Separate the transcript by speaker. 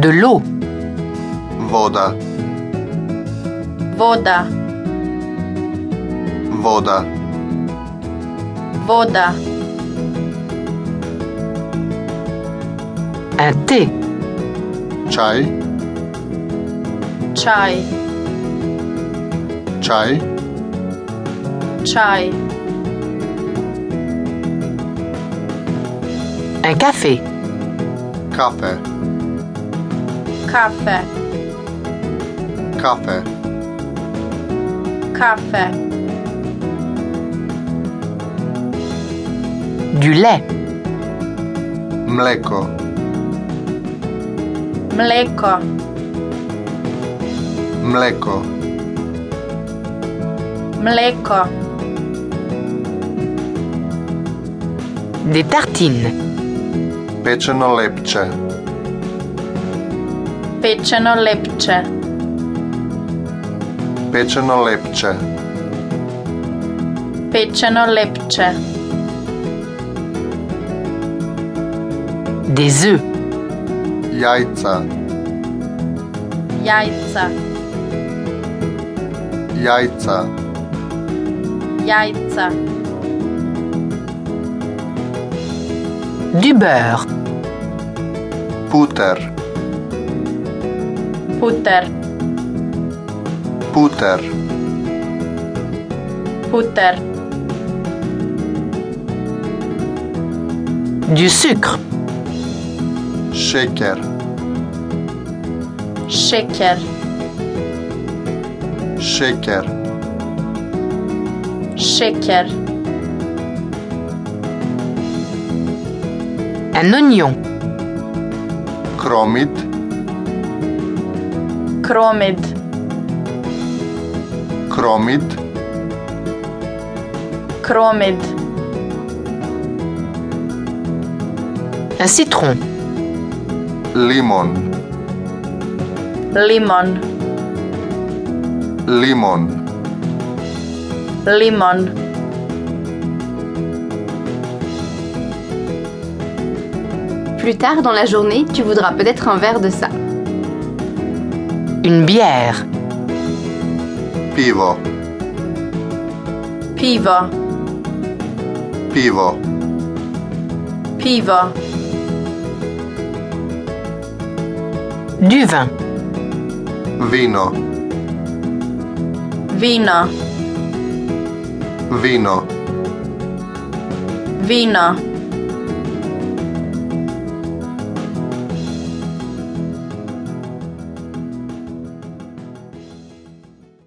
Speaker 1: De l'eau.
Speaker 2: Voda,
Speaker 3: voda,
Speaker 2: voda,
Speaker 3: voda,
Speaker 1: Un thé.
Speaker 2: čaj,
Speaker 3: čaj,
Speaker 2: čaj,
Speaker 3: čaj,
Speaker 1: Un café.
Speaker 2: kafe,
Speaker 3: kafe,
Speaker 2: kafe,
Speaker 3: kafe,
Speaker 1: Du lait.
Speaker 2: mleko,
Speaker 3: mleko,
Speaker 2: mleko,
Speaker 3: mleko,
Speaker 1: Des tartines.
Speaker 2: pečeno lepče,
Speaker 3: pečeno lepče,
Speaker 2: pečeno lepče,
Speaker 3: pečeno lepče,
Speaker 1: Des œufs.
Speaker 2: jajca,
Speaker 3: jajca,
Speaker 2: jajca,
Speaker 3: jajca,
Speaker 1: Du beurre.
Speaker 2: puter,
Speaker 3: puter,
Speaker 2: puter,
Speaker 3: puter,
Speaker 1: Du sucre.
Speaker 2: šeker,
Speaker 3: šeker,
Speaker 2: šeker,
Speaker 3: šeker,
Speaker 1: Un oignon.
Speaker 2: kromit,
Speaker 3: kromid,
Speaker 2: kromit,
Speaker 3: kromid,
Speaker 1: Un citron.
Speaker 2: limon,
Speaker 3: limon,
Speaker 2: limon,
Speaker 3: limon,
Speaker 4: Plus tard dans la journée, tu voudras peut-être un verre de ça.
Speaker 1: Une bière.
Speaker 2: pivo,
Speaker 3: pivo,
Speaker 2: pivo,
Speaker 3: pivo,
Speaker 1: Du vin.
Speaker 2: vino,
Speaker 3: vino,
Speaker 2: vino,
Speaker 3: vino,